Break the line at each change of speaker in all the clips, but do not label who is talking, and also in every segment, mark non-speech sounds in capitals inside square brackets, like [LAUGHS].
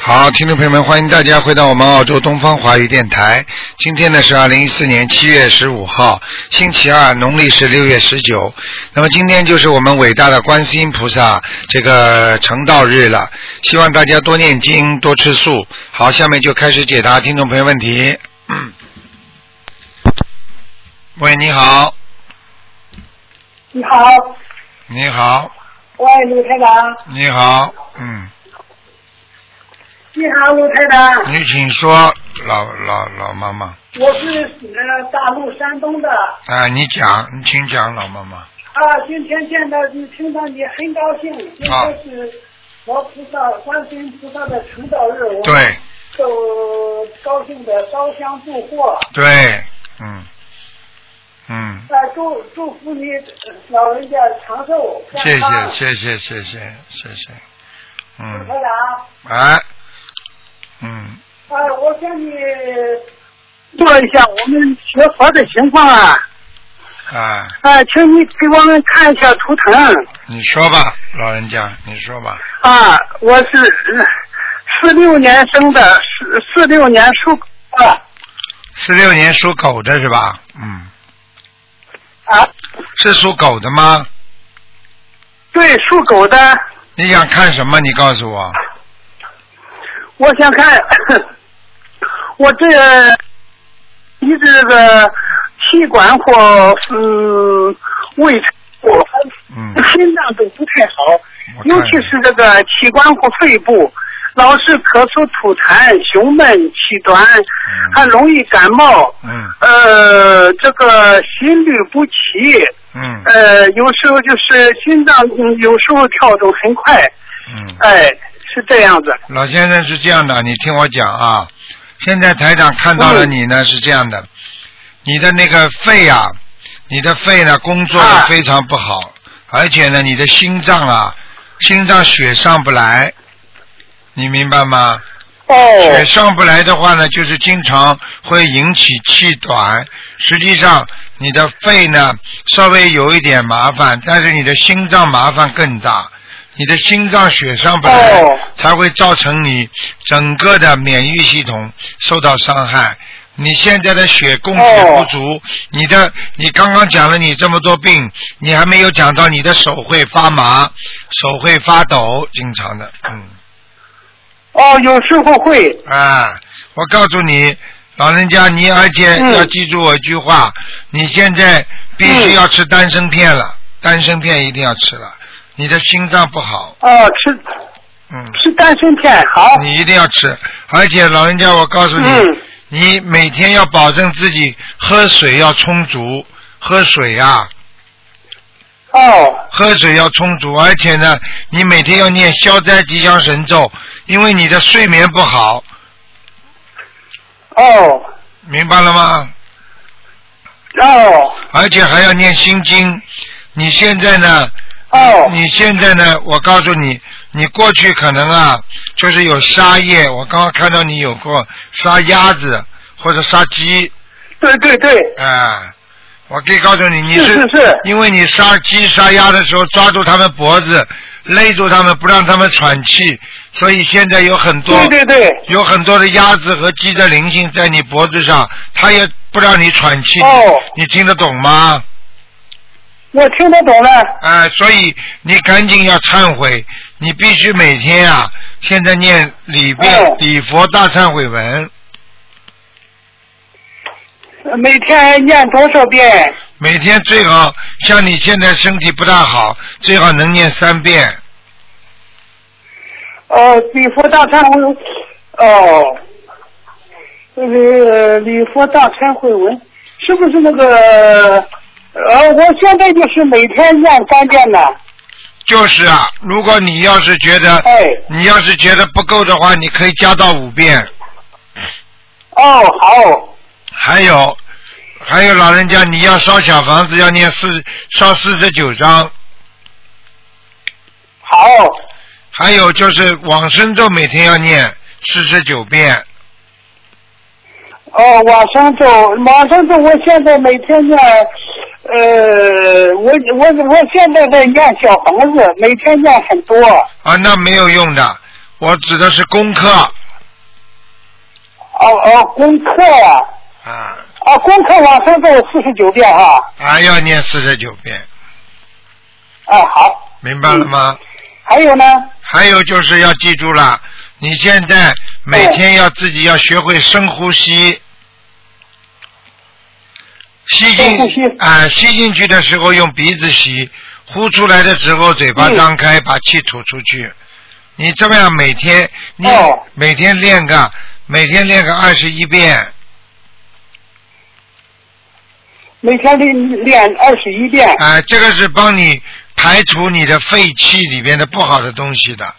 好，听众朋友们，欢迎大家回到我们澳洲东方华语电台。今天呢是二零一四年七月十五号，星期二，农历是六月十九。那么今天就是我们伟大的观世音菩萨这个成道日了，希望大家多念经，多吃素。好，下面就开始解答听众朋友问题。嗯喂，你好，
你好，
你好，
喂，卢台长。
你好，嗯，
你好，卢台长，
你请说，老老老妈妈
我是呃大陆山东的
啊，你讲，你请讲，老妈妈。
啊，今天见到你，听到你很高兴，今
好
天是佛菩萨、观世音菩萨的成道日，我
对
都高兴的烧香祝贺，
对，嗯嗯，
啊，祝祝福你呃老人家长寿
谢
健康。
谢谢谢谢谢谢谢，
卢
嗯
台长，
哎，嗯
啊，我向你说一下我们学佛的情况啊，
啊，
啊，请你给我们看一下图腾。
你说吧，老人家，你说吧，
啊，我是四六年生的，四四六年属狗的
四六年属狗的是吧？嗯，
啊，
是属狗的吗？
对，属狗的。
你想看什么？你告诉我。
我想看，我这个一直的气管或嗯胃肠或
嗯，
心脏都不太好，
我看
尤其是这个器官或肺部，老是咳嗽、吐痰、胸闷、气短，还容易感冒。
嗯
呃，这个心律不齐，
嗯
呃，有时候就是心脏，嗯有时候跳动很快，
嗯，
哎，是这样子。
老先生是这样的，你听我讲啊，现在台长看到了
嗯
你呢，是这样的，你的那个肺啊，你的肺呢工作的
啊
非常不好，而且呢，你的心脏啊，心脏血上不来，你明白吗？
哦，
血上不来的话呢，就是经常会引起气短。实际上，你的肺呢稍微有一点麻烦，但是你的心脏麻烦更大。你的心脏血上不来，
哦
才会造成你整个的免疫系统受到伤害。你现在的血供血不足，
哦
你的你刚刚讲了你这么多病，你还没有讲到你的手会发麻，手会发抖，经常的，嗯。
哦，有时候会，
啊，我告诉你，老人家，你而且
嗯
要记住我一句话，你现在必须要吃丹参片了，丹参片一定要吃了，你的心脏不好，
哦，吃
嗯，
吃丹参片好，
你一定要吃，而且老人家，我告诉你，
哦嗯，
你每天要保证自己喝水要充足，喝水啊，
哦，
喝水要充足，而且呢，你每天要念消灾吉祥神咒，因为你的睡眠不好，
哦，
明白了吗？
哦，
而且还要念心经。你现在呢？
哦，
你现在呢？我告诉你，你过去可能啊，就是有杀业。我刚刚看到你有过杀鸭子或者杀鸡
对对对，
啊、我可以告诉你，你
[LAUGHS] 是是是
[LAUGHS] 因为你杀鸡杀鸭的时候抓住它们脖子，勒住它们，不让它们喘气，所以现在有很多
对对对，
有很多的鸭子和鸡的灵性在你脖子上，它也不让你喘气。
哦
你听得懂吗？
我听得懂了，
啊、所以你赶紧要忏悔，你必须每天啊，现在念礼遍、
哦
礼佛大忏悔文，
每天念多少遍？
每天最好像你现在身体不大好，最好能念三遍。
哦，礼佛大忏悔文，哦，呃，礼佛大忏悔文，是不是那个？呃，我现在就是每天念三遍呢。
就是啊，如果你要是觉得、
哎，
你要是觉得不够的话，你可以加到五遍。
哦，好，
还有，还有老人家，你要烧小房子要念四烧四十九章，
好，
还有就是往生咒每天要念四十九遍。
哦，往上走，往上走，我现在每天念，呃，我我我现在在念小房子，每天念很多。哦
啊，那没有用的。我指的是功课，
哦哦，功课啊，
啊
啊，功课往生咒四十九遍哈，
啊，要念四十九遍，
啊好，
明白了吗？
还有呢，
还有就是要记住了，你现在每天要自己要学会深呼吸，吸进
深呼吸
啊、吸进去的时候用鼻子吸，呼出来的时候嘴巴
嗯
张开，把气吐出去。你这么样每天，你
哦
每天练个，每天练个二十一遍，
每天练练二十一遍，
啊、这个是帮你排除你的肺气里边的不好的东西的，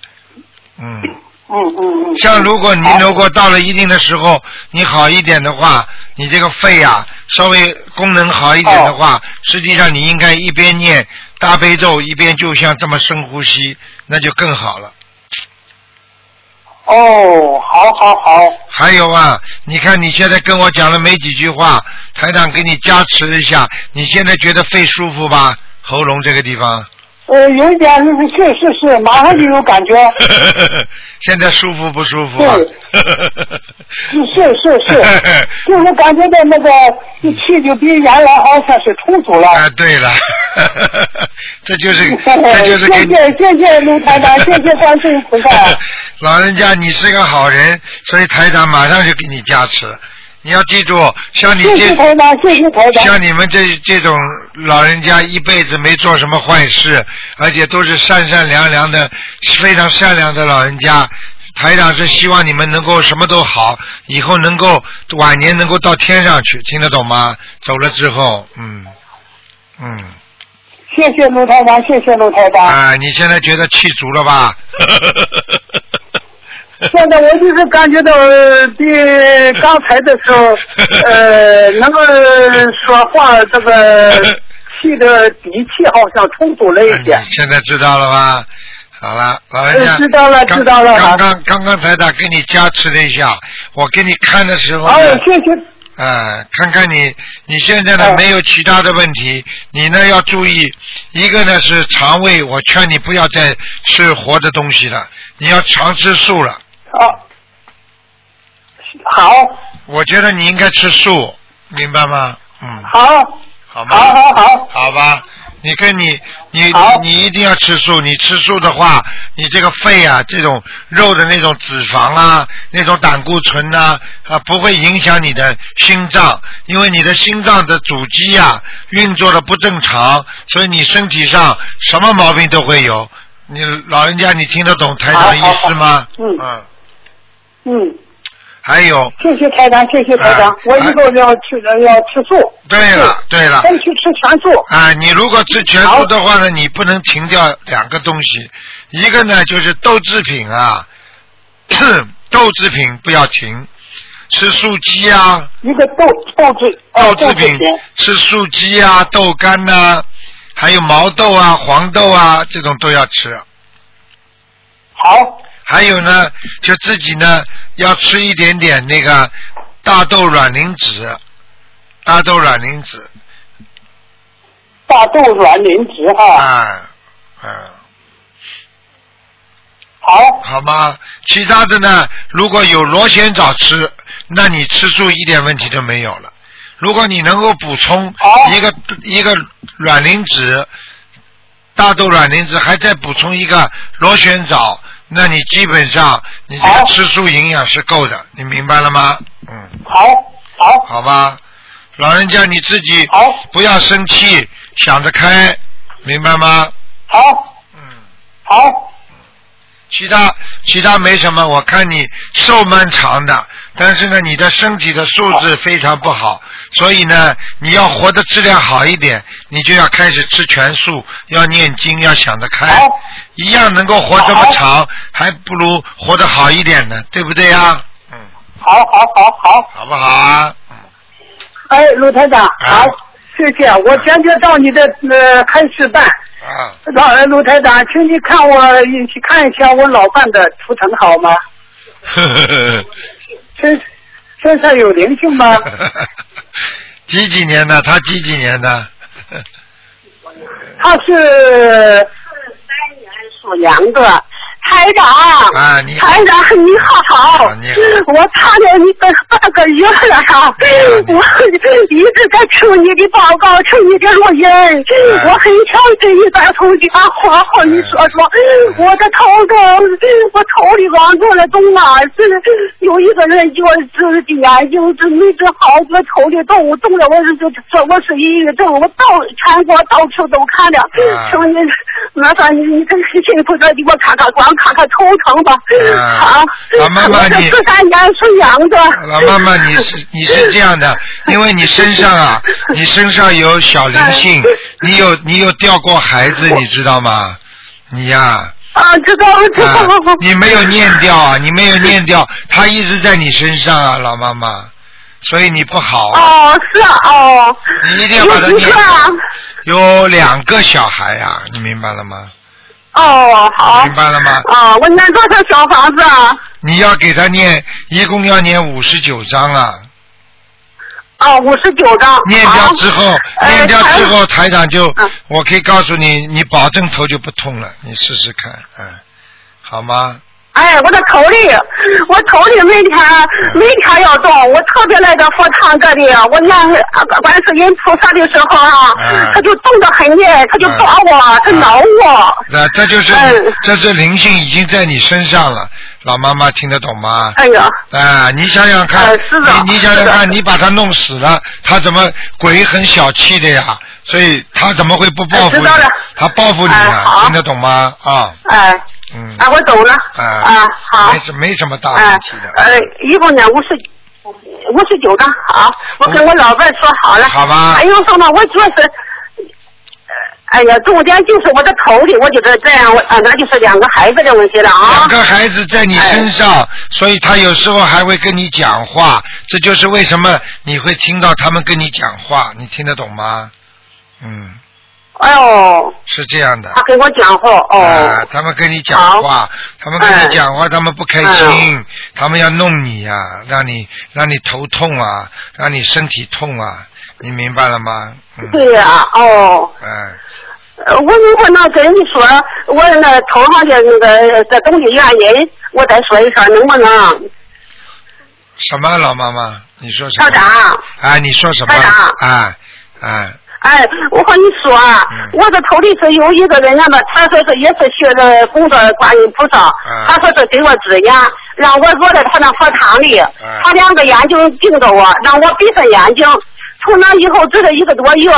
嗯。
嗯嗯嗯，
像如果你
好
如果到了一定的时候，你好一点的话，你这个肺啊稍微功能好一点的话，
哦
实际上你应该一边念大悲咒，一边就像这么深呼吸，那就更好了。
哦，好好好，
还有啊，你看你现在跟我讲了没几句话，台长给你加持一下，你现在觉得肺舒服吧？喉咙这个地
[LAUGHS]
方，
呃，有一点是是是是，马上就有感觉，
现在舒服不舒服啊？
是是是
[LAUGHS]
是，就是感觉到那个气就比原来好像是充足了。
啊，对了， [LAUGHS] 这
[LAUGHS]
就是这就是给
谢
你
谢谢谢卢台长，谢谢观世音菩
[LAUGHS]
萨。
老人家，你是个好人，所以台长马上就给你加持。你要记住，像你
谢
这
谢台长，谢谢台长。
像你们这这种老人家，一辈子没做什么坏事，而且都是善善良良的，非常善良的老人家。台长是希望你们能够什么都好，以后能够晚年能够到天上去，听得懂吗？走了之后，嗯，嗯。
谢谢卢台长，谢谢卢台长。
啊，你现在觉得气足了吧？
现在我就是感觉到呃比刚才的
[LAUGHS]
时候，呃，能够说话这个气的底气好像充足了一点
你。现在知道了吧？好了，老人家
呃，知道了
刚
知道了
刚刚刚刚台长给你加持了一下，我给你看的时候呢，
哦，谢谢。
啊，看看你你现在呢
哎
没有其他的问题，你呢要注意，一个呢是肠胃，我劝你不要再吃活的东西了，你要常吃素了。
啊，好，
我觉得你应该吃素，明白吗？嗯，
好，
好吗？
好，好，好，
好吧，你跟你你
好
你一定要吃素，你吃素的话，你这个肺啊，这种肉的那种脂肪啊，那种胆固醇呐、啊，不会影响你的心脏，因为你的心脏的主机啊运作的不正常，所以你身体上什么毛病都会有。你老人家，你听得懂台长的意思吗？
好好好嗯
嗯，
嗯，
还有，
谢谢台长，谢谢台长
啊，啊
我以后要吃要吃素，
对了，对了，
争取吃全素。
啊，你如果吃全素的话呢，你不能停掉两个东西，一个呢就是豆制品啊， [COUGHS] 豆制品不要停，吃素鸡啊，
一个豆豆制
豆
哦
制
品
品，吃素鸡啊，豆干呐、还有毛豆啊、黄豆啊这种都要吃。
好，
还有呢，就自己呢要吃一点点那个大豆卵磷脂，大豆卵磷脂
大豆软磷脂哈，
啊，嗯、
好，
好吗？其他的呢，如果有螺旋藻吃，那你吃素一点问题都没有了。如果你能够补充
好
一个一个卵磷脂，大豆卵磷脂，还再补充一个螺旋藻，那你基本上你这个
好
吃素营养是够的，你明白了吗？嗯，
好，好，
好吧，老人家你自己
好，
不要生气，想得开，明白吗？
好，
嗯。
好，
其他其他没什么，我看你寿蛮长的，但是呢，你的身体的素质非常不好，所以呢，你要活的质量好一点，你就要开始吃全素，要念经，要想得开
好，
一样能够活这么长，还不如活得好一点呢，对不对呀？嗯，
好，好，好，好，
好不好啊？
哎，卢台长，好，谢谢，我坚决到你的呃开始办。
啊， [LAUGHS]
老卢台长，请你看我，你去看一下我老伴的图腾好吗？
呵呵呵
身身上有灵
[LAUGHS]
性吗？
呵，几几年的？他几几年的？
他是四三年属羊的，台长。
啊，你
台
台长，你好，
啊你好
我差了你半半个月了啊！
你好
我一直在听你的报告，听你的录音，
哎
我很想跟你打通电
啊
话，和你说说，我的头中，我头里王中了中啊，是有一个人就治的眼睛治没治好，我头里动，我动了，我是就这我是抑郁症，我到全国到处都看了，
啊
听你麻烦你你真是辛苦的，你给我看看光看看头疼吧。
啊
好，
老妈妈
我
你
是四三年属羊的。
老妈妈，你是你是这样的，因为你身上啊，你身上有小灵性，你有你有掉过孩子，你知道吗？你呀、
啊，知道了知道
啊
了。，
你没有念掉啊，你没有念掉，它一直在你身上啊，老妈妈，所以你不好啊，
哦，是啊哦。
你一定要把它
有几
念
个啊
掉。有两个小孩啊，你明白了吗？
哦，好。
明白了吗？
啊，我念多少小房子啊？
你要给他念，一共要念五十九章啊，
哦，五十九张。
念掉之后，
好
念掉之。
呃
后，台长就
嗯，
我可以告诉你，你保证头就不痛了，你试试看，嗯，好吗？
哎，我的头里，我头里每天每天要动，我特别来到佛堂这里，我念啊观世音菩萨的时候啊，
嗯
他就动得很厉害，他就
嗯
抓我，他挠我，
那这就是
嗯，
这是灵性已经在你身上了，老妈妈听得懂吗？
哎呀，
啊，你想想看，
呃是的
你你想想
是的
看，你把他弄死了，他怎么鬼很小气的呀？所以他怎么会不报复
呃知
你
道了？
他报复你
哎
啊，
好
听得懂吗？啊，
哎，
嗯，
啊，我走了，
啊
啊，好
没，什没什么大
哎
问题，的，嗯
呃，一共呢五十。五十九个，好，我跟我老伴说好了。
好吧
哎呦，说嘛，我就是，呃哎呀，重点就是我的头里，我觉得这样，我啊，那就是两个孩子的问题了啊哎
两。个孩子在你身上，所以他有时候还会跟你讲话，这就是为什么你会听到他们跟你讲话，你听得懂吗？嗯，
哎呦，
是这样的。
他跟我讲话
啊
哦，，哎
他们跟你讲话，他们跟你讲话，他们不开心，
嗯
他们要弄你呀、让你让你头痛啊，让你身体痛啊，你明白了吗？嗯，
对呀、哦，
嗯，
呃我如果能跟你说，我那头上的那个这东西原因，我再说一声，能不能？
什么老妈妈？你说什
校
么？
长，
啊，你说什么？
校长
啊啊，
哎，我和你说啊，
嗯
我的头里是有一个人家呢，他说是也是学的工作观音菩萨，
嗯
他说是给我指引，让我坐在他那佛堂里，
嗯
他两个眼睛盯着我，让我闭上眼睛。从那以后，这是一个多月，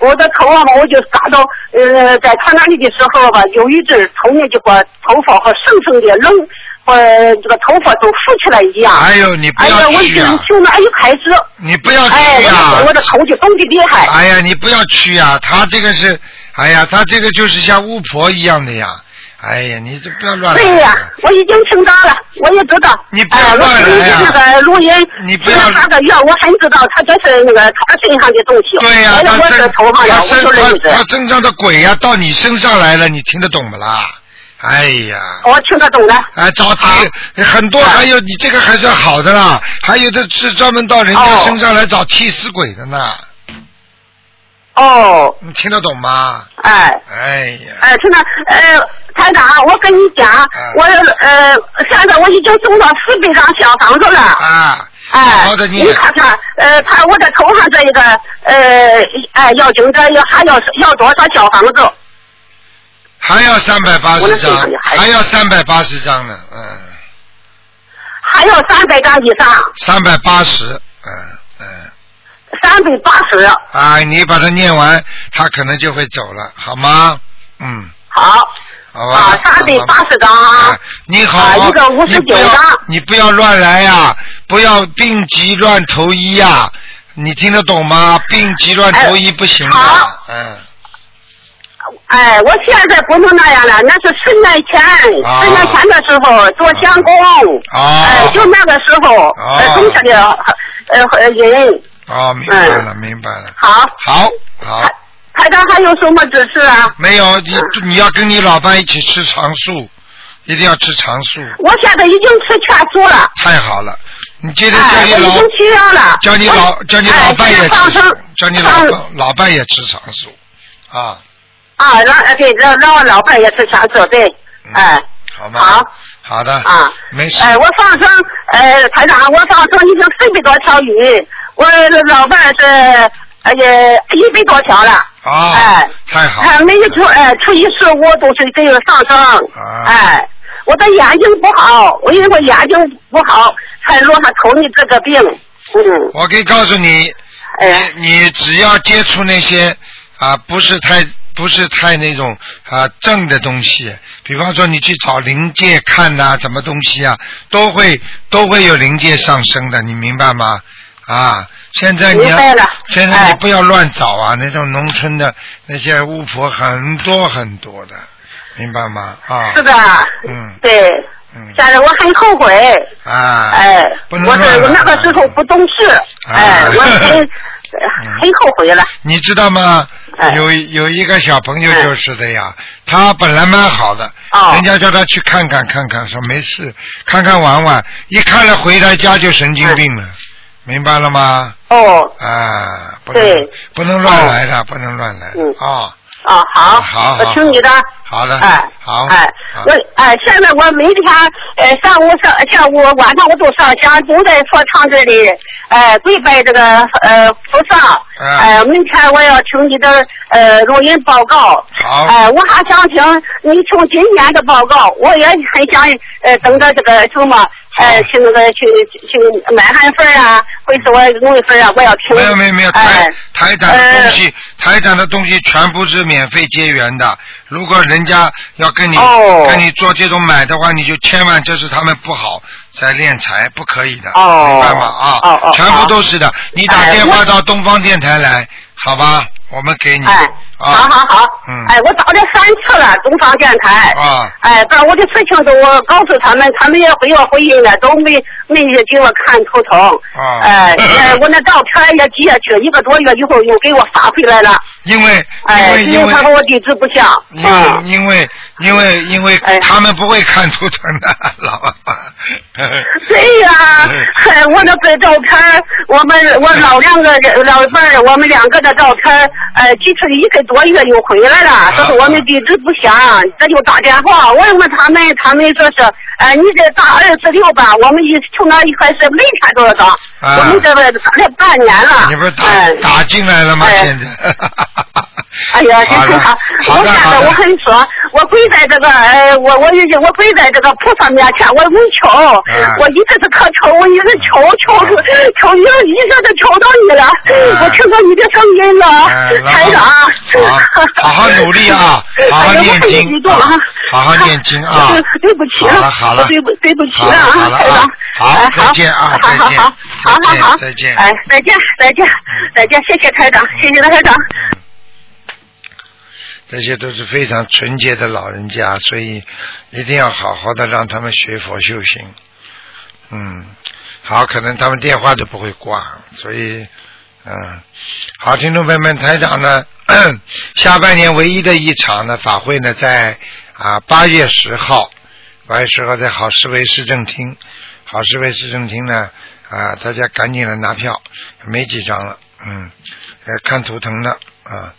我的头啊，我就感到，呃，在他那里的时候吧，有一阵儿头呢就把头发和生生的扔，呃，这个头发都浮起来一样。
哎呦，你不
哎呀，
要
我
去
就
啊！
从那一哎开始，
你不要
哎，
去啊！
我的我的头就肿的厉害。
哎呀，你不要去啊！他这个是，哎呀，他这个就是像巫婆一样的呀！哎呀，你这不要乱来
对呀、
啊。
我已经听到了，我也知道。
你不要乱来啊
哎我听这个录音，
你不要
听了他的月，我很知道他这是那个他身上的东西。
对呀、
我的
他
我的
身
头发呀，
他
我就认
身
识
他。他身上的鬼呀、到你身上来了，你听得懂不啦？哎呀，
我哦听得懂了。
哎，找替很
啊
多，还有你这个还算好的啦，还有的是专门到人家
哦
身上来找替死鬼的呢，
哦，
你听得懂吗？
哎。
哎呀，
哎，听到呃，台长，我跟你讲，
啊
我呃，现在我已经中到四百张小房子了。
啊，
哎
好的，，你
你看看，呃，他我的头上这一个，呃，哎，要紧这要还要要多少小房子？
还要三百八
我
十
的身
张
上有，孩子
还要三百八十张呢，嗯，
还要三百张以上，
三百八十，嗯嗯，
三百八十。
啊，你把它念完，他可能就会走了，好吗？嗯，
好，
好吧。
啊，三百八十张啊
啊，，你好
啊
好，
一个59
你不要
张
你不要乱来呀、不要病急乱投医呀、你听得懂吗？病急乱投医不行的，
哎好
嗯，
哎，我现在不能那样了，那是十年前，
啊
十年前的时候做相公，哎
哦，，
就那个时候，
啊
呃，中下的呃呃人，
哦，明白了，
嗯
明白了，
好，
好，好
台，台长还有什么指示啊？
没有你你要跟你老伴一起吃长素，一定要吃长素，
我现在已经吃全素了，
太好了，你接着叫
哎，
你
我已
老
经吃药了，
叫你
我
老叫你老
哎
伴
现
也
在放
吃
生，，
叫你老
放
老伴也吃长素，啊，
啊，让哎对让让我老伴也吃全素，对
嗯，
哎，
好吗？
好，
好的，
啊，
没事，
哎，我放生，呃，台长，我放生已经四百多条鱼，我老伴儿是呃也一百多条了。
哦，
哎
太好，
哎，每一初哎初一十五都是这个上升，
啊
哎，我的眼睛不好，我因为我眼睛不好才落下头的这个病，嗯，
我可以告诉你，
哎，
你只要接触那些啊，不是太不是太那种啊正的东西，比方说你去找灵界看呐、什么东西啊，都会都会有灵界上升的，你明白吗？啊，现在你
明
要
白了
现在
哎
你不要乱找啊，那种农村的那些巫婆很多很多的，明白吗？啊，
是的，
嗯
对，
嗯
现在我很后悔，
啊，
哎，
不能
我
乱啊嗯
是
来
那个时候不懂事，哎，我
[LAUGHS] 嗯
很呃很后悔了，
你知道吗？
哎
有有一个小朋友就是的呀，他本来蛮好的，
哦
人家叫他去看看看看，说没事，看看玩玩，一看了回来家就神经病
哎
了，明白了吗？
哦，
啊，不能
对哦
不能乱来的，不能乱来的
嗯
啊、哦
啊，好，
好好
我听你的。
好的，
哎，
好，
哎
好，
我哎，现在我每天呃上午上下午晚上我都上香，都在佛堂这里，哎，跪拜这个呃菩萨，
嗯
哎，明天我要听你的呃录音报告，
好
哎，我还想听你从今年的报告，我也很想呃等着这个什么。呃，去那个去去买汉粉啊，或者我弄一份啊，我要听。
没有没有没有，
哎呃
台，台长的东西，台长的东西全部是免费结缘的。如果人家要跟你、
哦
跟你做这种买的话，你就千万这是他们不好在敛财，不可以的，
哦
明白吗？啊，
哦哦
全部都是的。你打
哎
电话
我
到东方电台来，好吧？我们给你、
哎，
啊，
好好好，
嗯
哎，我找了三次了，东方电台，
啊
哎，把我的事情都我告诉他们，他们也回我回应了，都没没给我看头疼，
啊
哎，哎，我那照片也寄下去了，一个多月以后又给我发回来了，
因为因
哎，
为因
因为
为
他。和我地址不像，
因为
嗯，
因为因为因为
哎
他们不会看图腾的， [LAUGHS] 老爸爸。
对呀、
嗯
哎，我那个照片，我们我老两个人老伴儿，我们两个的照片，呃，寄出去一个多月又回来
啊
了，这是我们地址不详，这就打电话我问问他们，他们说是，呃，你这打二十六吧，我们一从那一开始每天都要打，
啊
我们这个打了半年了，
你不是打、
哎
打进来了吗？
哎
现在。
哎呀，
[LAUGHS] 好
真
的
是 [LAUGHS] 好！
好
我
的，
现
好
在
的
我跟你说，我跪在这个，呃，我我已经我跪在这个菩萨面前，我没求，
嗯
我一直是磕头，我一直求求
啊
求求你，一下子求到你了，
嗯
我听到你的声音了，
嗯老
台长。啊
好好好努力
[LAUGHS]
啊好好
哎呀
念
我很
经
激动啊
啊好好念经啊
[LAUGHS] 对不起
好了好了
对不对不起
好
啊，
了好了啊
台长。
好
哎
再见啊
好
再
好
见
好好好好，
再见再见嗯
哎，再见再见再见，谢谢台长，谢谢台长。
这些都是非常纯洁的老人家，所以一定要好好的让他们学佛修行。嗯，好，可能他们电话都不会挂，所以，嗯，好，听众朋友们，台长呢， [COUGHS] 下半年唯一的一场呢法会呢，在啊八月十号，八月十号在好市委市政厅，好市委市政厅呢啊，大家赶紧来拿票，没几张了，嗯，呃看图腾的啊。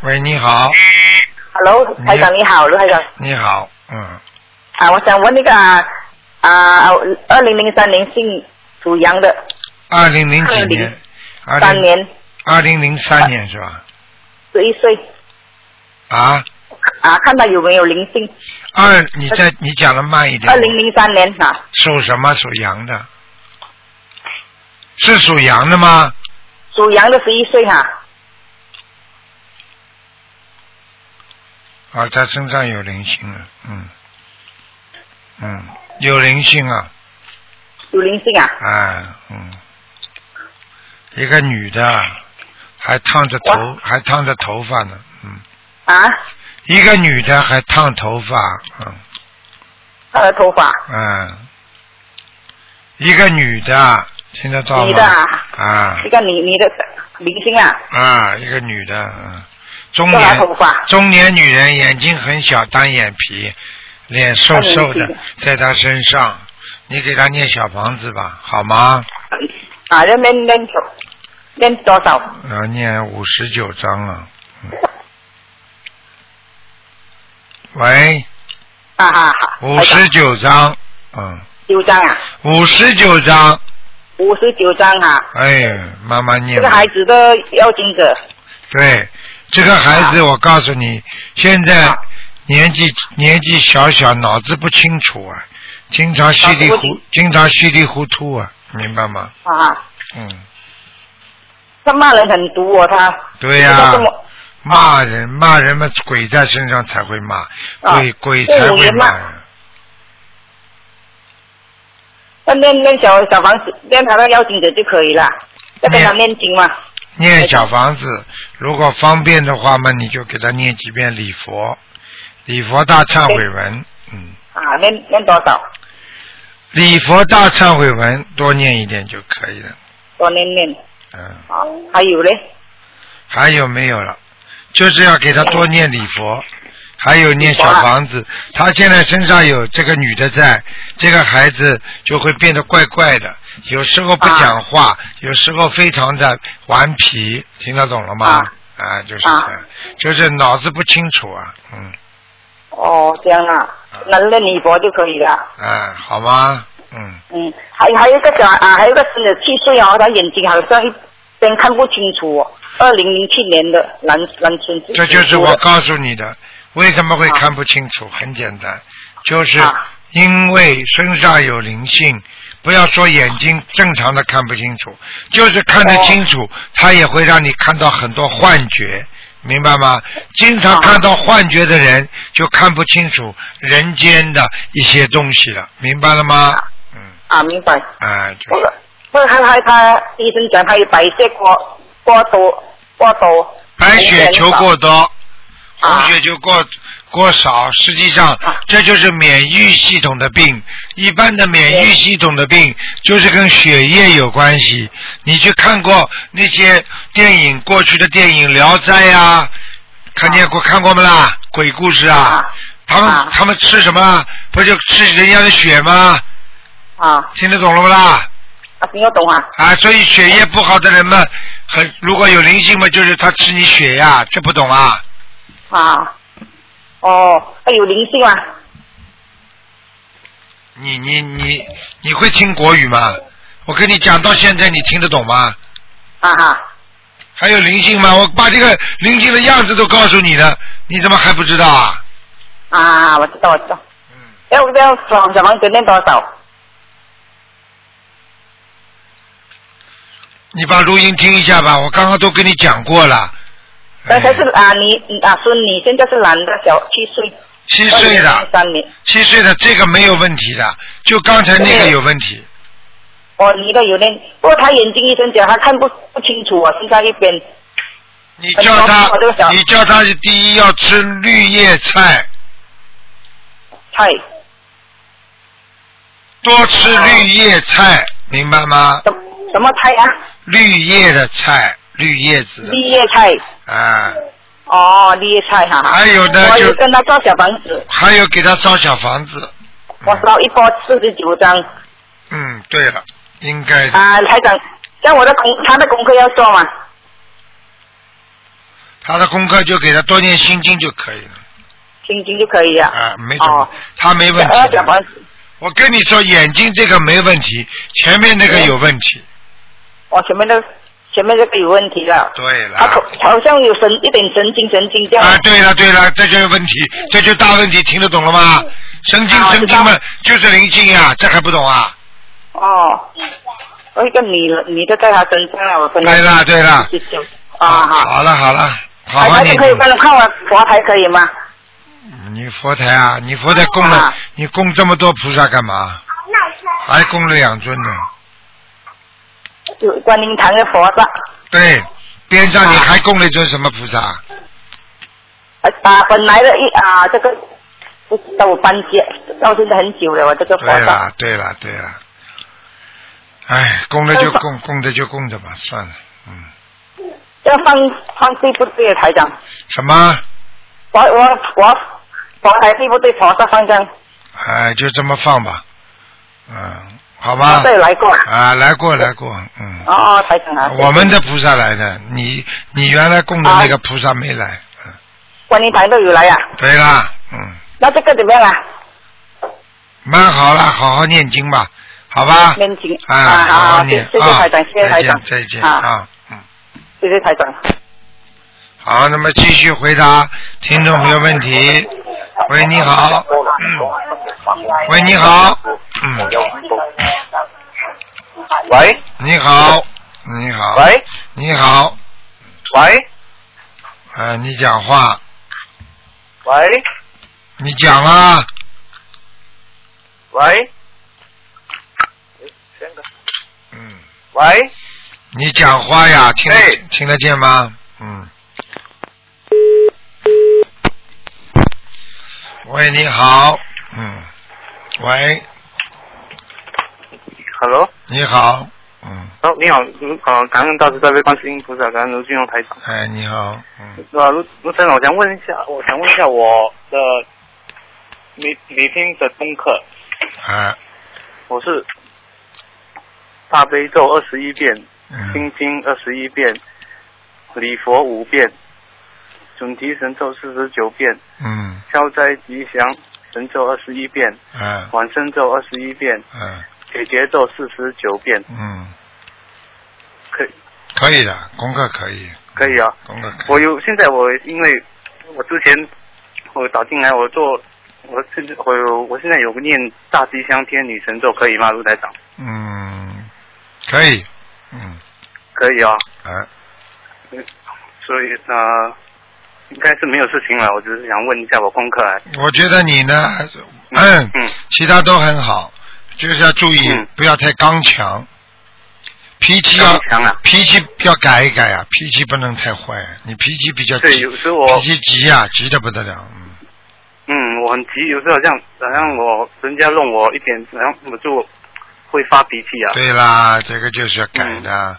喂，你好，
Hello，台长你好，卢台长
你好，嗯，
啊，我想问那个啊，二零零三年姓属羊的，
二零零几年，二
三
零
年
二零零三年是吧？
十一岁
啊，
啊，看他有没有灵性？
二，你再你讲的慢一点。
二零零三年啊，
属什么？属羊的，是属羊的吗？
属羊的十一岁哈、
啊，他身上有灵性了，嗯，嗯，有灵性啊，
有灵性啊，
啊，嗯，一个女的，还烫着头，还烫着头发呢，嗯，
啊，
一个女的还烫头发，嗯。
他的头发
嗯，一个女的，听得到吗？
女的啊
啊
一个你你的灵性啊，
啊一个女的，嗯，中
多少
年
头发
中年女人，眼睛很小，单眼皮，脸瘦瘦
单眼
的
皮，
在她身上，你给她念小房子吧，好吗？
啊，要念念多念多少？
然后念五十九啊章了。嗯、喂，
啊哈好，
五十九张，嗯，
九张啊，
五十九张，
五十九张啊，
哎，慢慢念
这
吧。
个孩子的要经者
对，这个孩子，我告诉你，现在年纪年纪小小，脑子不清楚啊，经常稀里
啊脑子不
糊，经常稀里糊涂啊，明白吗？
啊，
嗯，
他骂人很毒哦，他
对呀、
这么啊
骂人骂人嘛，鬼在身上才会骂，
啊
鬼鬼
对
才
我
会
也
骂
骂
人。
那念念小小房子，念他的要经者就可以了，要跟他念经嘛，
念小房子，如果方便的话嘛，你就给他念几遍礼佛，礼佛大忏悔文，嗯，
啊，念念多少？
礼佛大忏悔文多念一点就可以了，
多念念，
嗯，
啊，还有嘞，
还有没有了？就是要给他多念礼佛，还有念小房子。他现在身上有这个女的在，这个孩子就会变得怪怪的，有时候不讲话，有时候非常的顽皮，听得懂了吗？
啊
啊，就是这样，就是脑子不清楚啊，嗯。
哦，这样啊，那念礼佛就可以了。
啊，好吗？嗯，
嗯，还还有一个小啊，还有一个孙子七岁哦，他眼睛好像一边看不清楚、哦。二零零七年的男男孙子，
这就是我告诉你的，为什么会看不清楚？很简单，就是
啊
因为身上有灵性。不要说眼睛正常的看不清楚，就是看得清楚，它也会让你看到很多幻觉，明白吗？经常看到幻觉的人，就看不清楚人间的一些东西了，明白了吗？嗯，
啊，明白。
啊，就
不
是
是不是，他他他医生讲他有白血过过多过多，
白血球过多，
啊
红血球过过少，实际上
啊
这就是免疫系统的病。一般的免疫系统的病就是跟血液有关系。你去看过那些电影，过去的电影《聊斋》呀，看见过看过没啦？鬼故事啊
啊，
他们
啊
他们吃什么啊？不就吃人家的血吗？
啊
听得懂了不啦？
啊，听得懂啊
啊，所以血液不好的人们，很如果有灵性嘛，就是他吃你血呀，这不懂啊？
啊，哦，他有灵性吗？
你你你你会听国语吗？我跟你讲到现在，你听得懂吗？
啊哈，
还有灵性吗？我把这个灵性的样子都告诉你了，你怎么还不知道啊？
啊，我知道我知道，
嗯
要不要小小房子念多少？
你把录音听一下吧，我刚刚都跟你讲过了。
那才是
哎
啊，你你啊孙女现在是男的，小七岁，
七岁的，
三年，
七岁的这个没有问题的，就刚才那个有问题。
哦，你的有点，不过他眼睛医生讲他看不不清楚啊，现在一边
你叫他
我这个小，
你叫他第一要吃绿叶菜，
菜，
多吃
啊
绿叶菜，明白吗？
什什么菜啊？
绿叶的菜，绿叶子的
绿叶菜，
啊。
哦，绿叶菜哈、
还哎有呢
我
就
有跟他造小房子，
还有给他烧小房子。
我烧一波四十九张
嗯，对了，应该的
啊，台长，像我的功他的功课要做嘛，
他的功课就给他多念心经就可以了
心经就可以啊。
啊，没什么，
哦
他没问
呃
题
小房
的。
子，
我跟你说，眼睛这个没问题，前面那个有问题。
我前面的前面这个有问题了。
对
他口
了，
好像有神一点神经神经这样。
啊，对了对了，这就是问题，这就是大问题，听得懂了吗？神经
嗯啊
神
知
经
道
嘛，就是灵性呀，这还不懂啊？
哦，我一个女的女的在他身上了，我跟他
对了对了，
就就啊好，
好了好了，好好
哎他
念
就可以
经。
看看我佛台可以吗？
你佛台啊，你佛台供了
啊，
你供这么多菩萨干嘛？还供了两尊呢。
有观音堂的佛的，
对，边上你
啊
还供了一尊什么菩萨？
啊啊本来的一啊这个不知道我搬家到现在很久了，我这个佛
对
的
了，对了，对了。哎，供了就供，供着就供着吧，算了，嗯。
要放放对不对台长？
什么？
我我我佛台对不对佛的方向？
哎，就这么放吧，嗯，好吧。
对来过。
啊，来过来过，嗯。
哦哦，台长啊，
我们的菩萨来的，你你原来供的那个菩萨没来，嗯。
观音堂都有来啊，
对啦，嗯，
那这个怎么样啊？
蛮好啦，好好念经吧，好吧？
念经
啊，
啊
好好
好
念
谢谢
啊
台长谢谢
再
台
见
长
再见
啊
啊，嗯。
谢谢台长。
好，那么继续回答听众朋友问题。喂，你好。嗯。喂，你好。嗯。
喂
你好。你好。。
喂
你好。
喂
呃，你讲话，
喂
你讲啊。
喂，先个
嗯。
喂，
你讲话呀，听得
哎
听得见吗？嗯。喂，你好。嗯。喂，
，Hello，
你好。嗯。
哦，你好，嗯，呃，感恩大慈大悲观世音菩萨，感恩卢俊荣台长。
哎，你好。嗯。
呃，卢卢台长，我想问一下，我想问一下我的每每天的功课，
哎。
我是大悲咒二十一遍，
嗯
心经二十一遍，礼佛五遍，准提神咒四十九遍，
嗯
消灾吉祥神咒二十一遍，
哎
往生咒二十一遍，
哎
解结咒四十九遍，
嗯，
可以
可以的，功课可以。
可以啊。
功课可
我
以。
有现在我因为我之前我打进来我做我现在我有我现在有个念大吉祥天女神咒可以吗，卢台长？
嗯，可以。嗯，
可以啊，
哎，
所以呃应该是没有事情了，我只是想问一下我功课啊。
我觉得你呢，哎
嗯嗯
其他都很好，就是要注意、
嗯
不要太刚强，脾气要
刚强啊
脾气要改一改啊，脾气不能太坏，啊你脾气比较
对，
急
有，时候我
脾气急啊，急的不得了，嗯
嗯我很急，有时候好像好像我人家弄我一点，然后我就会发脾气啊。
对啦，这个就是要改的。
嗯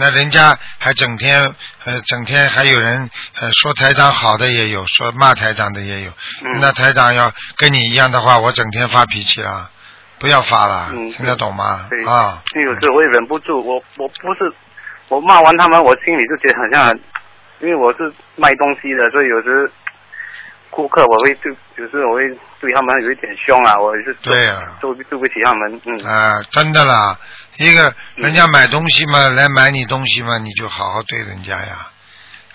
那人家还整天呃，整天还有人呃说台长好的也有，说骂台长的也有。
嗯
那台长要跟你一样的话，我整天发脾气啦，不要发啦，
嗯
听得懂吗
对？
啊，
因为有时候我也忍不住，我我不是我骂完他们，我心里就觉得很像很，因为我是卖东西的，所以有时顾客我会对，有时我会对他们有一点凶啊，我也是做
对啊
对不对不起他们，嗯，
啊，真的啦，一个人家买东西
嗯
嘛，来买你东西嘛，你就好好对人家呀，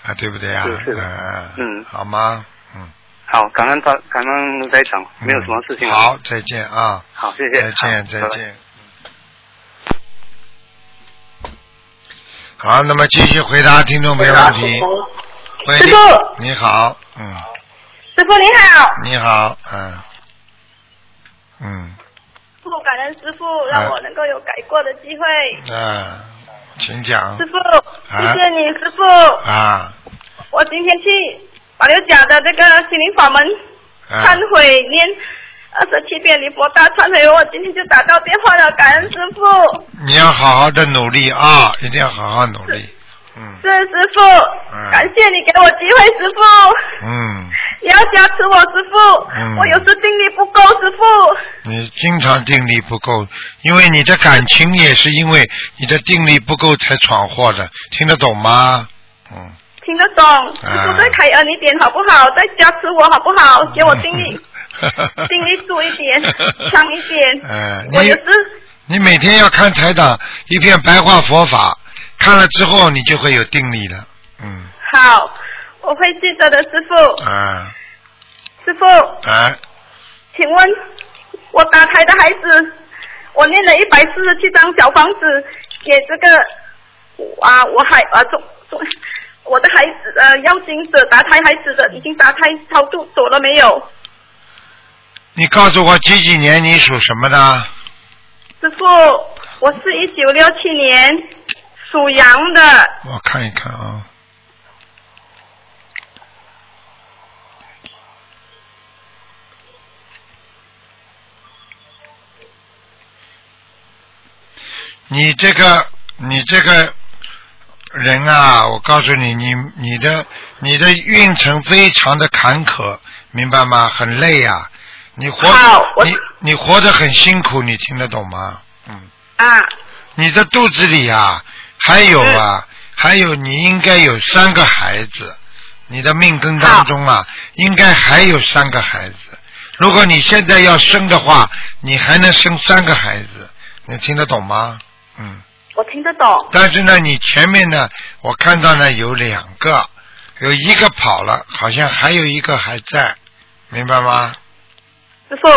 啊，对不对呀？
是是的
啊
嗯
好吗？嗯，
好，感恩他，感恩卢台长，没有什么事情
嗯
了，
好，再见啊。
好，谢谢，
再见，
好
再
拜拜
见。好，那么继续回答听众朋友问题。喂，
师傅
你好，嗯，
师傅你好，
你好，嗯，嗯，
师傅，感恩师傅让我能够有改过的机会。
啊，请讲
师傅，
啊
谢谢你，师傅。
啊
我今天去马六甲的这个心灵法门
啊
忏悔念二十七遍离佛大忏悔文，我今天就打到电话了，感恩师傅。
你要好好的努力啊，一定要好好努力，嗯
是师傅
嗯，
感谢你给我机会，师傅。
嗯，
也要加持我师傅，
嗯
我有时定力不够，师傅。
你经常定力不够，因为你的感情也是因为你的定力不够才闯祸的，听得懂吗？嗯。
听得懂，师
啊，
傅再开恩一点好不好？再加持我好不好？给我定力。定力足一点
[LAUGHS]
强一点。
呃，
我有
你
时
你每天要看台长一片白话佛法，看了之后你就会有定力了。嗯，
好，我会记得的，师傅。
啊
师傅，
啊，
请问我打胎的孩子，我念了一百四十七张小房子给这个啊，我还啊中中我的孩子呃要精者打胎孩子的已经打胎超度走了没有？
你告诉我几几年你属什么的？
师傅，我是一九六七年属羊的，
我看一看啊。你这个，你这个人啊，我告诉你，你你的你的运程非常的坎坷，明白吗？很累啊，你活
好啊我
你你活得很辛苦，你听得懂吗？嗯。
啊，
你的肚子里啊，还有啊，还有你应该有三个孩子，你的命根当中啊，应该还有三个孩子，如果你现在要生的话，你还能生三个孩子，你听得懂吗？嗯。
我听得懂，
但是呢，你前面呢，我看到呢有两个，有一个跑了，好像还有一个还在，明白吗？
师傅。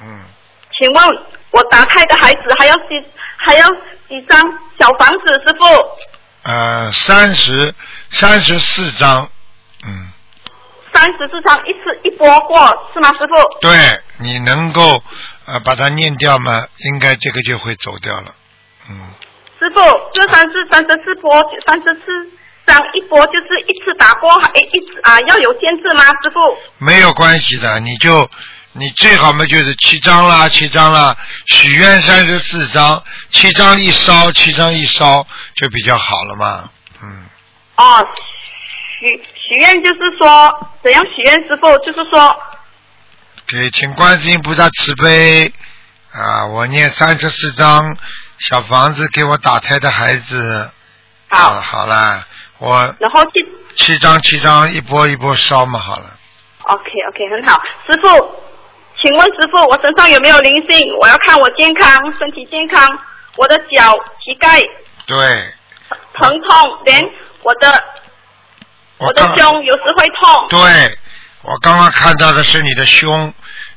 嗯，
请问我打胎的孩子还要几还要几张小房子？师傅，
呃，三十三十四张，嗯，
三十四张一次一波过是吗？师傅，
对你能够呃把它念掉吗？应该这个就会走掉了，嗯，
师傅，这三十三十四波，三十四张一波就是一次打波，还一次啊要有限制吗？师傅，
没有关系的，你就你最好嘛就是七张啦，七张啦，许愿三十四张，七张一烧，七张一烧就比较好了嘛，嗯。
哦，许许愿就是说怎样许愿？师傅就是说
给请观世音菩萨慈悲啊！我念三十四章小房子给我打胎的孩子。
好
啊好啦，我
然后去
七张七张一波一波烧嘛，好了。
OK OK 很好，师傅，请问师傅，我身上有没有灵性？我要看我健康，身体健康，我的脚、膝盖
对，
疼痛，连我的我的
刚
胸有时会痛。
对，我刚刚看到的是你的胸，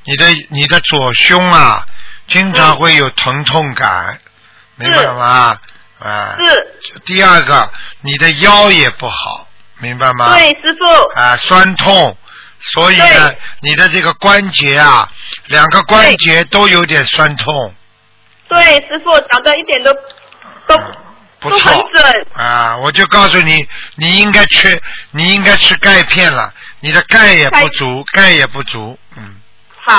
你的你的左胸啊，经
嗯
常会有疼痛感，明白吗？啊。
是，
第二个，你的腰也不好，明白吗？
对，师傅，
啊酸痛，所以呢
对，
你的这个关节啊，两个关节都有点酸痛，
对，师傅讲的一点都都
不
都很
错
准。
啊！我就告诉你，你应该吃，你应该吃钙片了，你的钙也不足，钙也不足，嗯
好，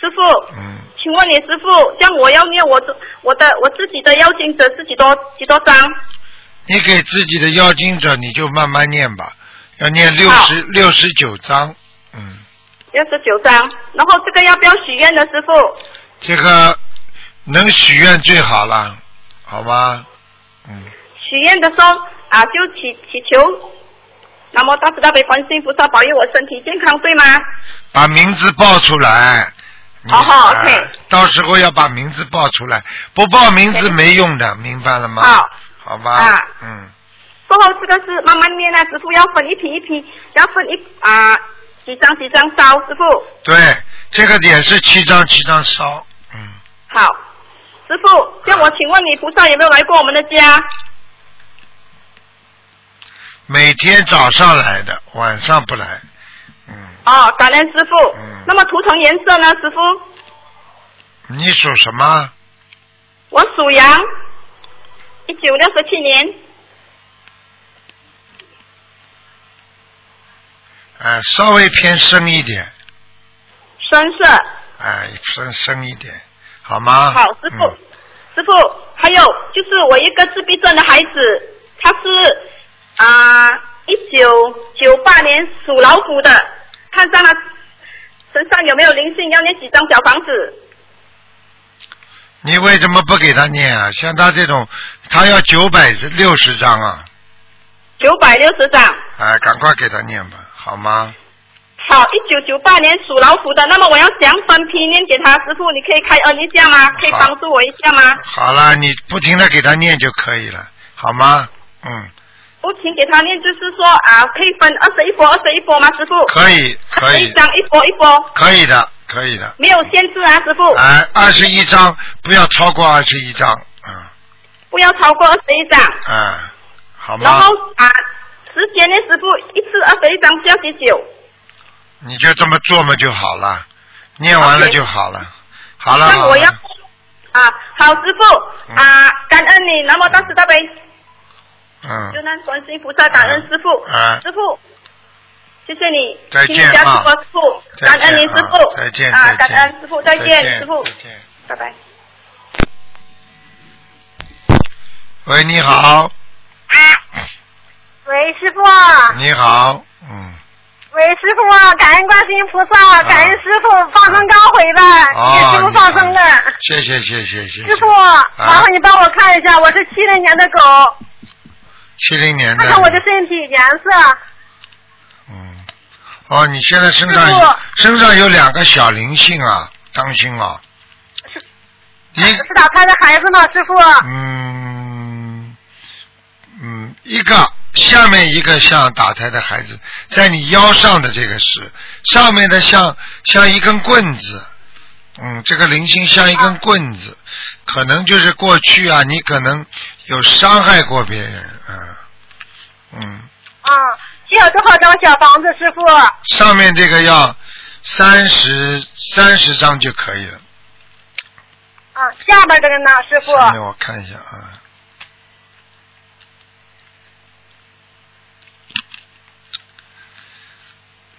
师傅，
嗯，
请问你师傅，像我要念我的我的我自己的邀请者是几多几多张？
你给自己的要经者，你就慢慢念吧，要念六
好
十六十九章，嗯，
六十九张。然后这个要不要许愿呢，师傅？
这个能许愿最好了，好吗？嗯。
许愿的时候啊，就祈祈求，南无大慈大悲观世音菩萨保佑我身体健康，对吗？
把名字报出来。你
哦好
哎
OK
到时候要把名字报出来，不报名字
OK
没用的，明白了吗？
好，
好吧。
啊
嗯，
过后这个是慢慢念啊，师傅要分一批一批，要分一啊几张几张烧，师傅
对，这个也是七张七张烧。嗯，
好。师傅，叫我请问你菩萨有没有来过我们的家？
每天早上来的，晚上不来。嗯，
哦，感恩师傅
嗯。
那么图腾颜色呢，师傅？
你属什么？
我属羊，一九六十七年。
哎，稍微偏深一点，
深色。
哎，深深一点，好吗？
好，师傅，
嗯
师傅，还有就是我一个自闭症的孩子，他是啊一九九八年属老虎的，看上了身上有没有灵性，要念几张小房子？
你为什么不给他念啊？像他这种，他要九百六十张啊！
九百六十张。
哎，赶快给他念吧，好吗？
好，一九九八年属老虎的，那么我要想分批念给他，师傅，你可以开恩一下吗？可以
好
帮助我一下吗？
好了，你不停的给他念就可以了，好吗？嗯，
不停给他念，就是说啊，可以分二十一波，二十一波吗，师傅？
可以，可
21
以，
张一波一波，
可以的，可以的。
没有限制啊，师傅。
哎，二十一章不要超过二十一章，嗯
不要超过二十一张。
嗯，好
然
吗
后？啊，时间呢，师傅一次二十一张消息九。
你就这么做嘛就好了，念完了
OK
就好了。好了，
那
好
我要
了，
啊，好师傅
嗯
啊，感恩你，南无大慈大悲救
嗯，
难观世音菩萨，感恩师傅
啊，
师傅，谢谢你，
再
请
见
你加持
啊
我师傅，
再
感
见
恩你师
啊
傅，
再见，
啊，
再
感
见
恩师傅，再见师傅
再，见。
拜拜。
喂，你好，
啊喂，师傅，
啊
你好，嗯，
喂，师傅，感恩观世音菩萨，感恩师傅放生刚回
啊
来，给
啊
师
哦啊
傅，放生的。
谢谢，谢谢，谢谢。
师傅，麻烦你帮我看一下，我是七零年的狗，
啊七零年的。
看看我的身体颜色。
嗯，哦，你现在身
师
上
傅
身上有两个小灵性啊，当心啊！一
是打胎的孩子吗，师傅？
嗯嗯，一个下面一个像打胎的孩子，在你腰上的这个是上面的像像一根棍子，嗯，这个零星像一根棍子，可能就是过去啊，你可能有伤害过别人，嗯嗯，
啊，需要多少张小房子，师傅？
上面这个要三十三十张就可以了。
啊，下边这个呢，师傅？
下面我看一下啊。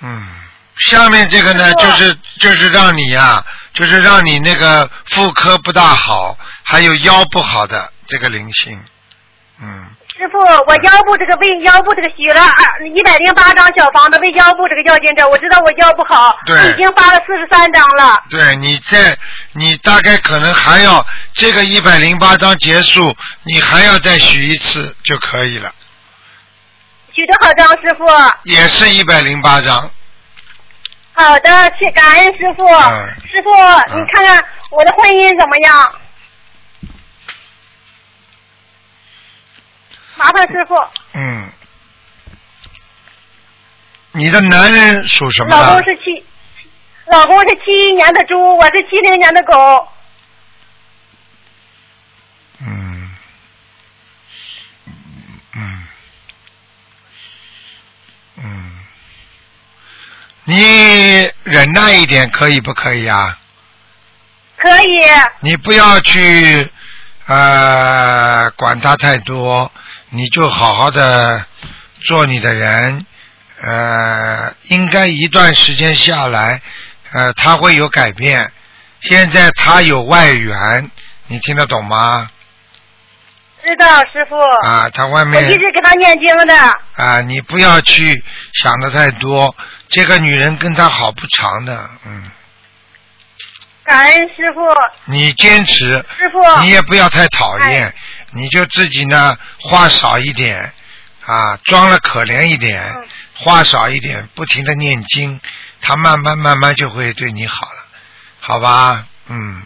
嗯，下面这个呢，
师傅
就是就是让你呀、就是让你那个妇科不大好，还有腰不好的这个灵性，嗯，
师傅，我腰部这个为腰部这个许了二一百零八张小房子，为腰部这个要经者，我知道我腰不好，
对
我已经发了四十三张了。
对，你在你大概可能还要这个一百零八章结束，你还要再许一次就可以了，
许多少张，师傅？
也是一百零八章，
好的，谢感恩师傅。
嗯
师傅，你看看我的婚姻怎么样？麻烦师傅，
嗯，你的男人属什么
老公
的？
是七，老公是七一年的猪，我是七零年的狗。
嗯，嗯，嗯，你忍耐一点可以不可以啊？
可以，
你不要去呃管他太多，你就好好的做你的人。呃，应该一段时间下来，呃，他会有改变。现在他有外援，你听得懂吗？
知道师傅。
啊，他外
我一
面
直给他念经的。
啊，你不要去想的太多。这个女人跟他好不长的，嗯，
感恩师傅，
你坚持，
师傅，
你也不要太讨厌，你就自己呢话少一点，啊，装了可怜一点
嗯，
话少一点，不停的念经，他慢慢慢慢就会对你好了，好吧？嗯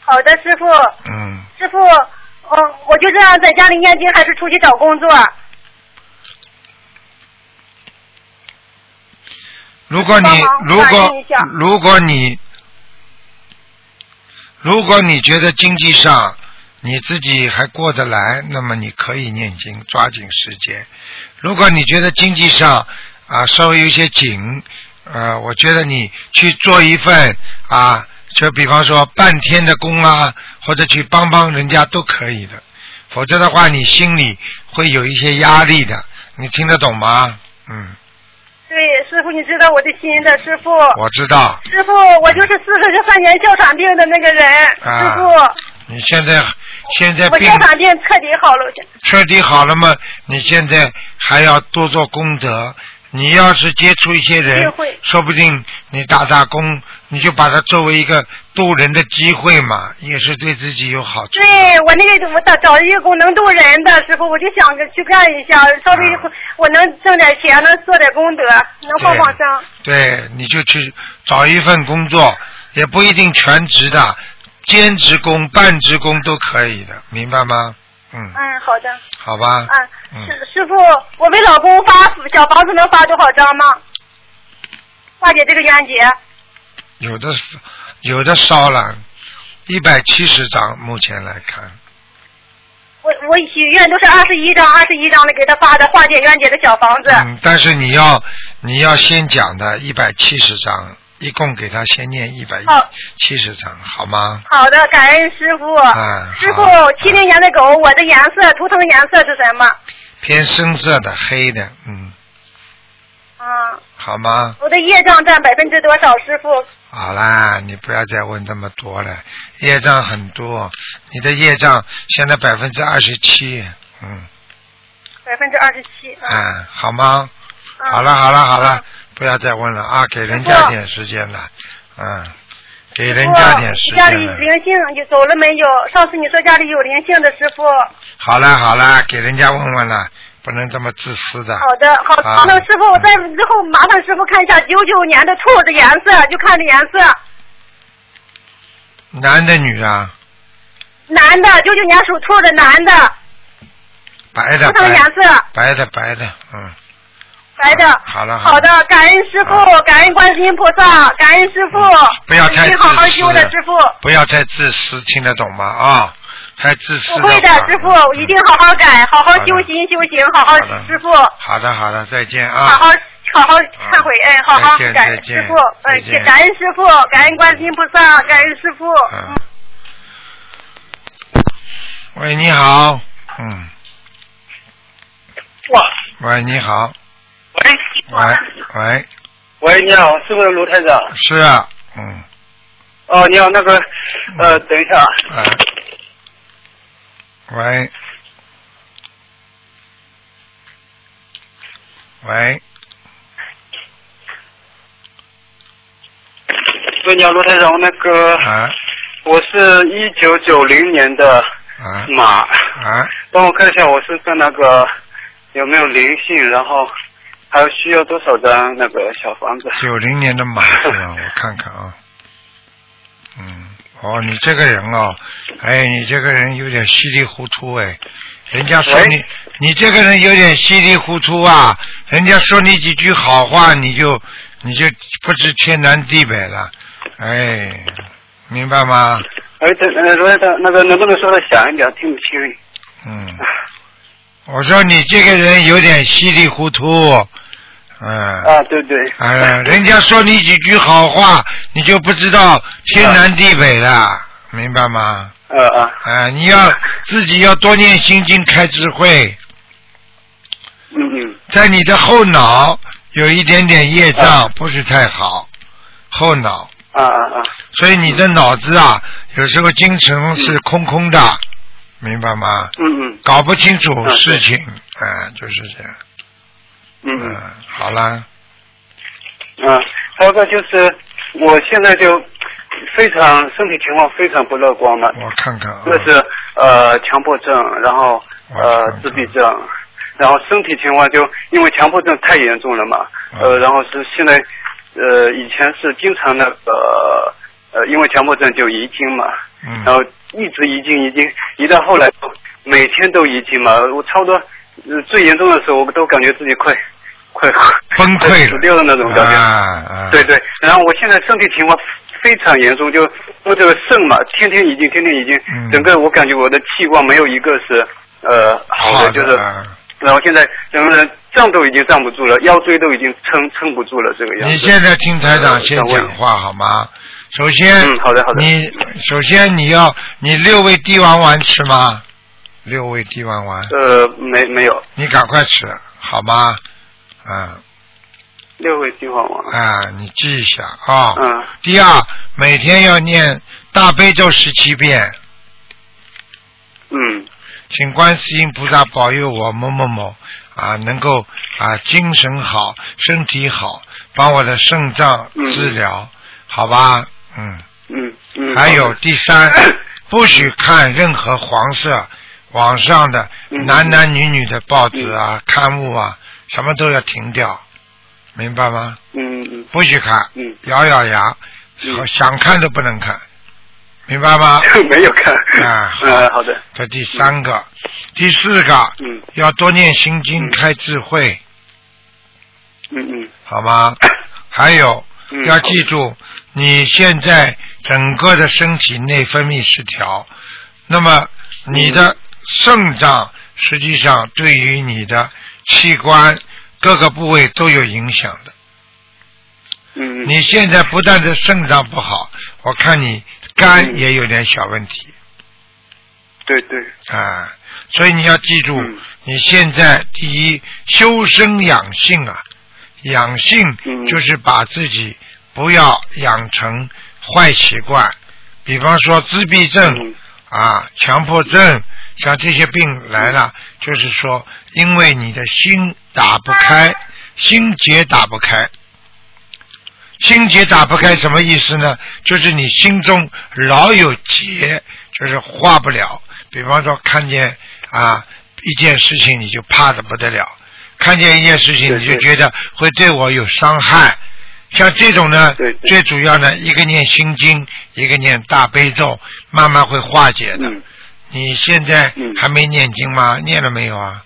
好的，师傅，
嗯，
师傅，嗯，我就这样在家里念经，还是出去找工作？
如果你
帮忙
如
反
果
映一下
如果你如果你觉得经济上你自己还过得来，那么你可以念经，抓紧时间。如果你觉得经济上啊稍微有些紧，呃，我觉得你去做一份啊，就比方说半天的工啊，或者去帮帮人家都可以的。否则的话，你心里会有一些压力的。你听得懂吗？嗯，
对，师傅，你知道我的心的，师傅，
我知道。
师傅，我就是四十三年哮喘病的那个人，
啊
师傅，
你现在现在
我
病
哮喘病彻底好了，
彻底好了吗？你现在还要多做功德。你要是接触一些人
定会，
说不定你打打工，你就把它作为一个渡人的机会嘛，也是对自己有好处。
对我那个我找找一个能渡人的师傅，我就想着去干一下，稍微
啊
我能挣点钱，能做点功德，能放放生。
对，你就去找一份工作，也不一定全职的，兼职工、半职工都可以的，明白吗？嗯，
嗯，好的。
好吧。
啊，
嗯
师师傅，我为老公发小房子能发多少张吗？化解这个冤结。
有的有的烧了，一百七十张，目前来看。
我我许愿都是二十一张，二十一张的给他发的化解冤结的小房子。
嗯，但是你要你要先讲的一百七十张，一共给他先念一百
好
七十张，好吗？
好的，感恩师傅。
啊
师傅
好，
七零年的狗，我的颜色，图腾的颜色是什么？
偏深色的、黑的，嗯，
啊，
好吗？
我的业障占百分之多少？师傅，
好啦，你不要再问这么多了，业障很多，你的业障现在百分之二十七，嗯，
百分之二十七。
啊，好吗？
嗯
好了，好了，好了，不要再问了啊，给人
师
家
傅
点时间了，嗯，给
给
人家点时
家
间
里
了。
灵性有走了没有？上次你说家里有灵性的师傅，
好了好了，给人家问问了，不能这么自私的。
好的，好的，
啊
那师傅，我再之后麻烦师傅看一下九九年的兔的颜色，就看这颜色，
男的女啊，
男的，九九年属兔的男的，
白
图
的
腾
白
颜色
白的白的，嗯，
白的。
啊好了
好的，感恩师傅，感恩观世音菩萨，感恩师傅。
嗯不要太
你
自
好好
私
修的，师傅。我
不要太自私，听得懂吗？啊，太自私的话。啊嗯
会的，师傅，我一定好好改，好好
好的
修行修行，好好
好的啊
师傅，好
好的，好的，再见啊。
好好好忏悔，哎，好好
再见
感
再
恩
见
师傅，
再
哎
见，
感恩师傅，感恩观世音菩萨，感恩师傅。
嗯。喂，你好。嗯。喂，你好。喂。喂喂，
喂，你好，是不是卢台长？
是啊，嗯，
哦，你好，那个，呃，等一下啊，
哎。喂。喂，
喂，你好，卢台长，那个，
啊
我是一九九零年的
啊
马，
啊！
帮我看一下我身上那个有没有灵性，然后还有需要多少张那个小房子？
九零年的马是吧？我看看啊。嗯，哦，你这个人哦，哎，你这个人有点稀里糊涂哎。人家说你，你这个人有点稀里糊涂啊。人家说你几句好话，你就你就不知天南地北了，哎，明白吗？
哎，等，呃，卢台长，那个能不能说的响一点，听不清？
嗯，我说你这个人有点稀里糊涂，嗯。
啊，对对。
哎呀，人家说你几句好话，你就不知道天南地北了，明白吗？
呃啊，
哎，你要自己要多念心经，开智慧，
嗯嗯，
在你的后脑有一点点业
呃
障，不是太好，后脑，
啊啊啊，
所以你的脑子啊，有时候精神是空空的，明白吗？
嗯嗯
搞不清楚
嗯
事情，哎，就是这样。
嗯嗯。
嗯，好啦，
嗯，还有个就是，我现在就非常身体情况非常不乐观了，
我看看啊
一，个是呃强迫症，然后
我
呃
看看
自闭症，然后身体情况就因为强迫症太严重了嘛，
啊
呃，然后是现在呃以前是经常那个呃因为强迫症就遗精嘛，
嗯
然后一直遗精遗精，移到后来每天都遗精嘛，我差不多、呃、最严重的时候我都感觉自己快快
崩溃
[LAUGHS] 死
了，
掉的那种感觉。
啊啊！
对对，然后我现在身体情况非常严重，就我这个肾嘛，天天已经，天天已经，
嗯
整个我感觉我的器官没有一个是呃好的，就是，
啊
然后现在整个人站都已经站不住了，腰椎都已经撑撑不住了，这个样
你
子。
现在听台长
呃
先
想问
讲话好吗？首先，
嗯好的好的
你首先你要你六味地黄丸吃吗？六味地黄丸，
呃，没没有
你赶快吃好吗？啊
六味地黄丸，
啊，你记一下啊。
嗯
第二，每天要念大悲咒十七遍，
嗯
请观世音菩萨保佑我某某某啊，能够啊精神好，身体好，帮我的肾脏治疗，好吧？嗯。
嗯嗯。
还有第
[COUGHS]
三，不许看任何黄色网上的
嗯
男男女女的报纸啊、刊物啊，什么都要停掉，明白吗？
嗯嗯
不许看，
嗯
咬咬牙，
嗯
想看都不能看，明白吗？
嗯， [LAUGHS] 没有看。
啊好
呃，好的，
这第三个，第四个
嗯
要多念心经，
嗯
开智慧，
嗯嗯
好
[COUGHS]
吗？还有
嗯。
要记住，你现在整个的身体内分泌失调，那么
嗯
你的肾脏实际上对于你的器官各个部位都有影响的。
嗯嗯。
你现在不但是肾脏不好，我看你
嗯
肝也有点小问题
对对，
啊。所以你要记住
嗯，
你现在第一修身养性啊，养性
嗯
就是把自己不要养成坏习惯，比方说自闭症
嗯
啊、强迫症，像这些病来了，就是说因为你的心打不开，心结打不开。心结打不开什么意思呢？就是你心中老有结，就是化不了。比方说看见啊一件事情你就怕的不得了，看见一件事情你就觉得会对我有伤害。像这种呢，
对对
最主要呢，一个念心经，一个念大悲咒，慢慢会化解的。
嗯，
你现在
嗯
还没念经吗？念了没有啊？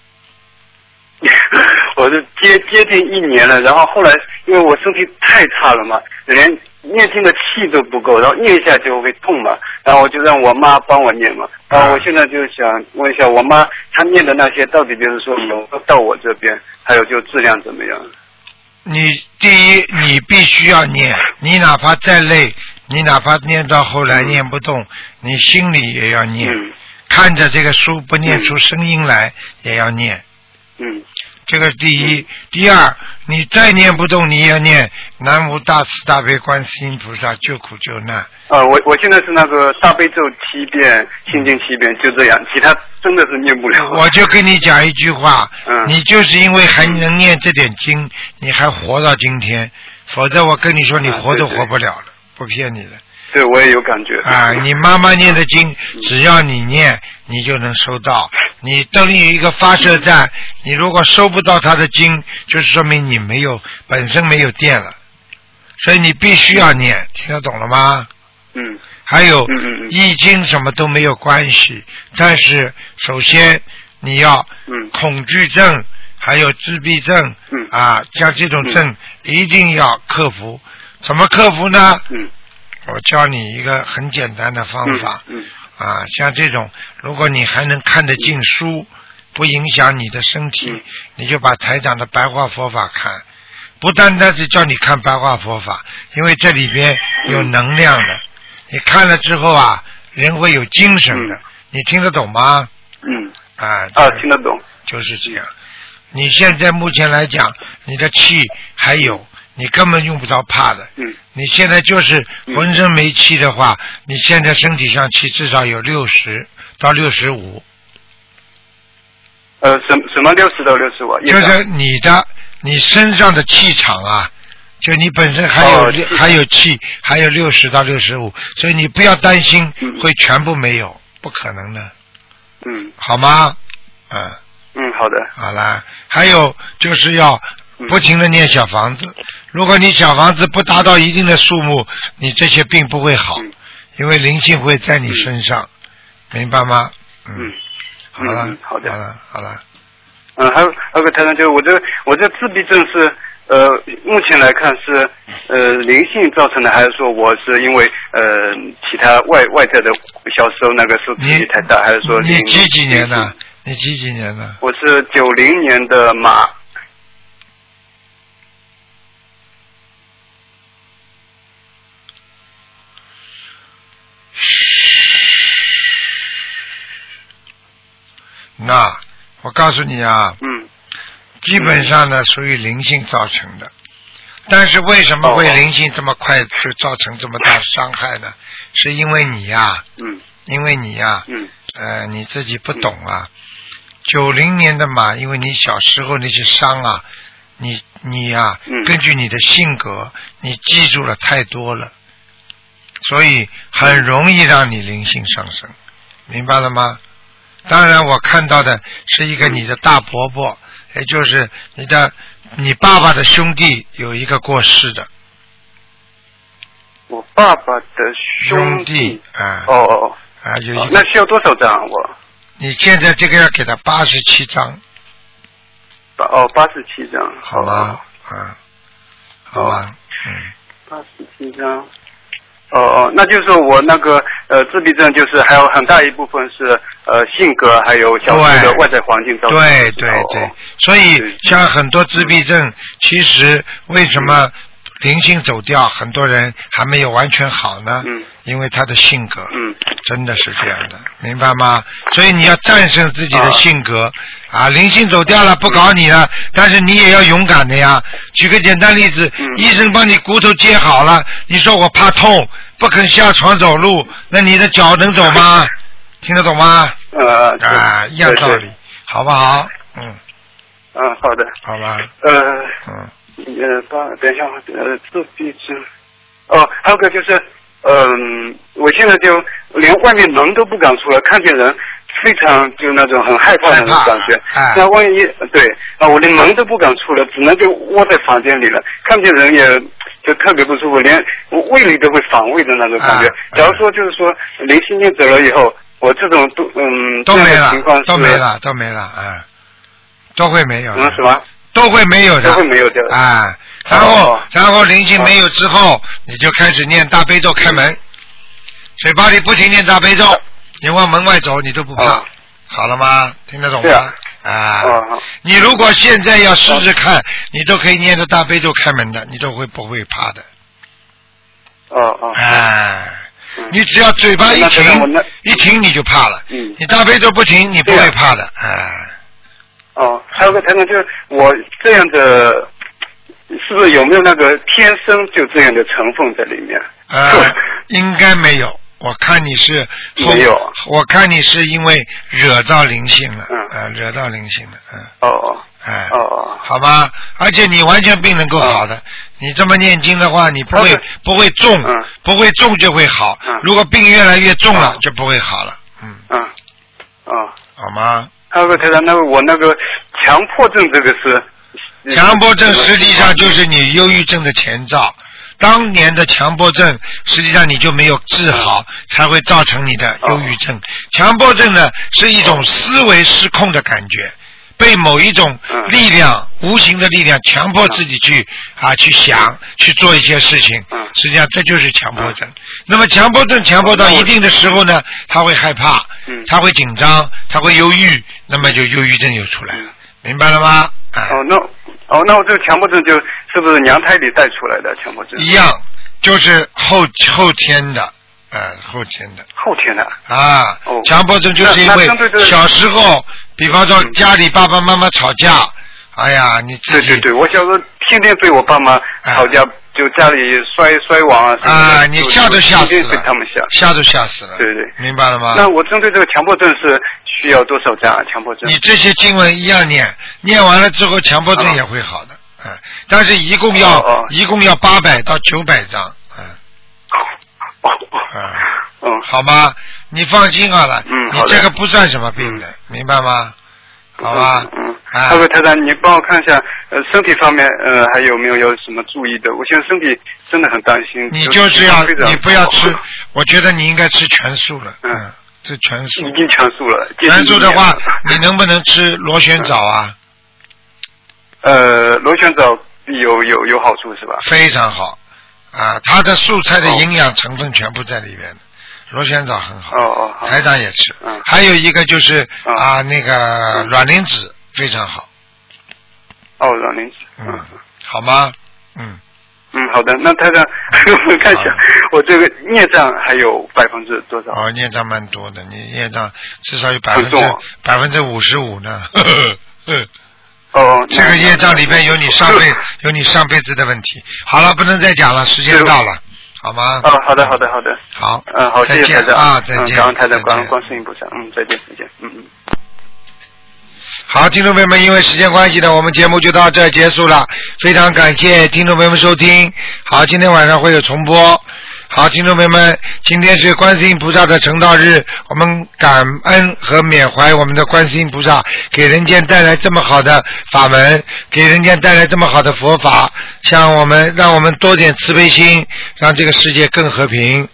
[LAUGHS] 我是接接近一年了，然后后来因为我身体太差了嘛，连念经的气都不够，然后念一下就会痛嘛，然后我就让我妈帮我念嘛，然
嗯
后我现在就想问一下，我妈她念的那些到底就是说有到我这边，还有就质量怎么样？
你第一，你必须要念，你哪怕再累，你哪怕念到后来念不动，你心里也要念，
嗯
看着这个书不念出声音来、也要念，
嗯
这个第一。第二，你再念不动，你也要念南无大慈大悲观世音菩萨救苦救难。
呃，我我现在是那个大悲咒七遍，心经七遍，就这样，其他真的是念不了。
[LAUGHS] 我就跟你讲一句话，
嗯
你就是因为还能念这点经，你还活到今天，否则我跟你说，你
啊
活都
对对
活不了了，不骗
[LAUGHS]
你的。
对我也有感觉
啊，你妈妈念的经，只要你念，你就能收到。你等于一个发射站，你如果收不到她的经，就是说明你没有本身没有电了，所以你必须要念，听得懂了吗？
嗯
还有
嗯嗯嗯
易经什么都没有关系，但是首先你要
嗯
恐惧症，还有自闭症
嗯
啊，像这种症一定要克服。怎么克服呢？
嗯
我教你一个很简单的方
嗯
法，
嗯
啊，像这种，如果你还能看得进书，不影响你的身体，
嗯
你就把台长的白话佛法看。不单单是叫你看白话佛法，因为这里边有能量的，你看了之后啊，人会有精神的。
嗯
你听得懂吗？
嗯
啊，
啊，听得懂。
就是这样。你现在目前来讲，你的气还有，你根本用不着怕的。
嗯
你现在就是浑身没气的话，你现在身体上气至少有六十到六十五，
呃，什什么六十到六十五？
就
一百
是你的你身上的气场啊，就你本身还有、
哦气
还有气，还有六十到六十五，所以你不要担心
嗯
会全部没有，不可能的，
嗯
好吗？嗯，
嗯，好的。
好啦，还有就是要
嗯
不停的念小房子，如果你小房子不达到一定的数目，你这些病不会好
嗯，
因为灵性会在你身上，明白吗？
嗯，
好了
嗯，好的
了，好了，
嗯，还有还有个台长，就是我这我这自闭症是呃，目前来看是呃灵性造成的，还是说我是因为呃其他外外在的小时候那个受刺
你
激太大，还是说
你
灵
几几年
灵
的
性？
你几几年啊的？
我是九零年的马。
那我告诉你啊，
嗯
基本上呢属于灵性造成的，但是为什么会
哦
灵性这么快就造成这么大伤害呢？是因为你呀、
嗯
因为你呀、
嗯
呃，你自己不懂啊。九零年的马，因为你小时候那些伤啊，你你呀、
嗯
根据你的性格，你记住了太多了，所以很容易让你灵性上升，明白了吗？当然，我看到的是一个你的大伯伯，也就是你的你爸爸的兄弟有一个过世的
我爸爸的兄
兄弟啊
哦哦哦，
啊，有一个
那需要多少张啊？我
你现在这个要给他八十七张，
八哦八十七张，
好吗？啊，好嗯吧，
八十七张。哦哦，那就是说我那个呃自闭症，就是还有很大一部分是呃性格还有小时候
对
的外在环境造成
对
的。
对
哦
对
哦，
所以
对
像很多自闭症，其实为什么灵性走掉，很多人还没有完全好呢？
嗯
因为他的性格，
嗯
真的是这样的，明白吗？所以你要战胜自己的性格啊，灵性走掉了不搞你了，但是你也要勇敢的呀。举个简单例子，
嗯
医生帮你骨头接好了，你说我怕痛，不肯下床走路，那你的脚能走吗？听得懂吗？
呃
啊，一样道。
对对
理，好不好？嗯，
嗯，好的。
好吧，
呃，
嗯，
呃，爸，等一下，呃，自闭症。哦，还有个就是，嗯、我现在就连外面门都不敢出来，看见人非常就那种很害怕的那种感觉
害怕哎。
那万一对啊，我连门都不敢出了，只能就窝在房间里了，看见人也就特别不舒服，连我胃里都会反胃的那种感觉
啊。
假如说就是说灵性念走了以后，我这种都嗯
都
这样
没
的
了
情况，是
都没，了，都没了，嗯，都会没有的，
嗯什么
都会没有的，
都会没有 [LAUGHS] 的。
啊，然后
哦
然后灵性没有之后，你就开始念大悲咒开门，嘴巴里不停念大悲咒，你往门外走你都不怕
哦，
好了吗？听得懂
是
吗
啊？
啊，
哦，
你如果现在要试试看，你都可以念着大悲咒开门的，你都会不会怕的？
哦哦，
哎
嗯，
你只要嘴巴一
那那我
停
那，
一停你就怕了。
嗯。
你大悲咒不停，你不
对
会
啊
怕的。哎，
哦，还有个台长，就是我这样的，是不是有没有那个天生就这样的成分在里面？
呃，应该没有。我看你是
没有啊
我看你是因为惹到灵性了，
嗯
呃，惹到灵性了，嗯，
哦哦
哎，
哦哦，
好吧，而且你完全病能够好的，你这么念经的话，你不会
但
不会重
嗯，
不会重就会好
嗯，
如果病越来越重了
嗯
就不会好了，嗯，
嗯，哦，
好吗？
还有个台长，那个我那个强迫症这个是
强迫症实际上就是你忧郁症的前兆。当年的强迫症，实际上你就没有治好，
嗯
才会造成你的忧郁症。强迫症呢，是一种思维失控的感觉，被某一种
嗯
力量、无形的力量强迫自己去啊去想、去做一些事情
嗯。
实际上这就是强迫症。那么强迫症强迫到
那我
一定的时候呢，他会害怕
嗯，
他会紧张，他会忧郁，那么就忧郁症就出来了
嗯。
明白了吗？啊。
哦，那哦，那我这个强迫症就是不是娘胎里带出来的强迫症？
一样，就是后后天的，呃，后天的
后天的。
啊
哦，
强迫症就是因
那
为
那针对这个
小时候，比方说家里爸爸妈妈吵架，哎呀，你自
对
己
对对，我小时候天天被我爸妈吵架，就家里摔摔碗啊什么的。
哎啊，你
就
吓都吓死
天天被
了，
他们吓。
吓都吓死了，
对对
明白了吗？
那我针对这个强迫症是需要多少张啊？强迫症
啊
[LAUGHS]
你这些经文一样念，念完了之后强迫症
啊
也会好的，嗯、但是一共要、
哦哦
一共要八百到九百张，嗯、
哦
嗯
哦，
好吗？你放心好了，
嗯
你
好的
这个不算什么病的，明白吗？好吧，
嗯，
啊
还有台长，你帮我看一下，呃，身体方面，呃，还有没有有什么注意的？我现在身体真的很担 [LAUGHS] 心。
你就是要
非常
你不要吃，我觉得你应该吃全素了，
嗯
嗯，吃全素。
已经全素了。接近
全素的
一
话
年了，
你能不能吃螺旋藻啊？
嗯呃，螺旋藻有有有好处是吧？
非常好，啊，它的素菜的
哦
营养成分全部在里边，螺旋藻很好
哦，哦好。
台长也吃
嗯，
还有一个就是
嗯
啊那个
嗯
卵磷脂非常好，
哦，让您。
嗯，好吗？嗯，
嗯，好的，那台长， [LAUGHS] 我看一下
好，
我这个孽障还有百分之多少？
哦，孽障蛮多的，你孽障至少有百分
嗯
之
很重啊
百分之五十五呢。 [LAUGHS]
哦，
这个业障里面有你上
[LAUGHS]
辈
啊
有你上辈子的问题。好了，不能再讲了，时间
对
到了，好吗？，
哦好的，好的，好的。
好，
嗯，好，
再
谢谢台
见
长
啊，再见，
嗯，感恩台
再
长，感
见
恩观世音菩萨。嗯，再见，再见。嗯嗯。
好，听众朋友们，因为时间关系呢，我们节目就到这儿结束了。非常感谢听众朋友们收听。好，今天晚上会有重播。好，听众朋友们，今天是观世音菩萨的成道日，我们感恩和缅怀我们的观世音菩萨，给人间带来这么好的法门，给人间带来这么好的佛法，像我们让我们多点慈悲心，让这个世界更和平。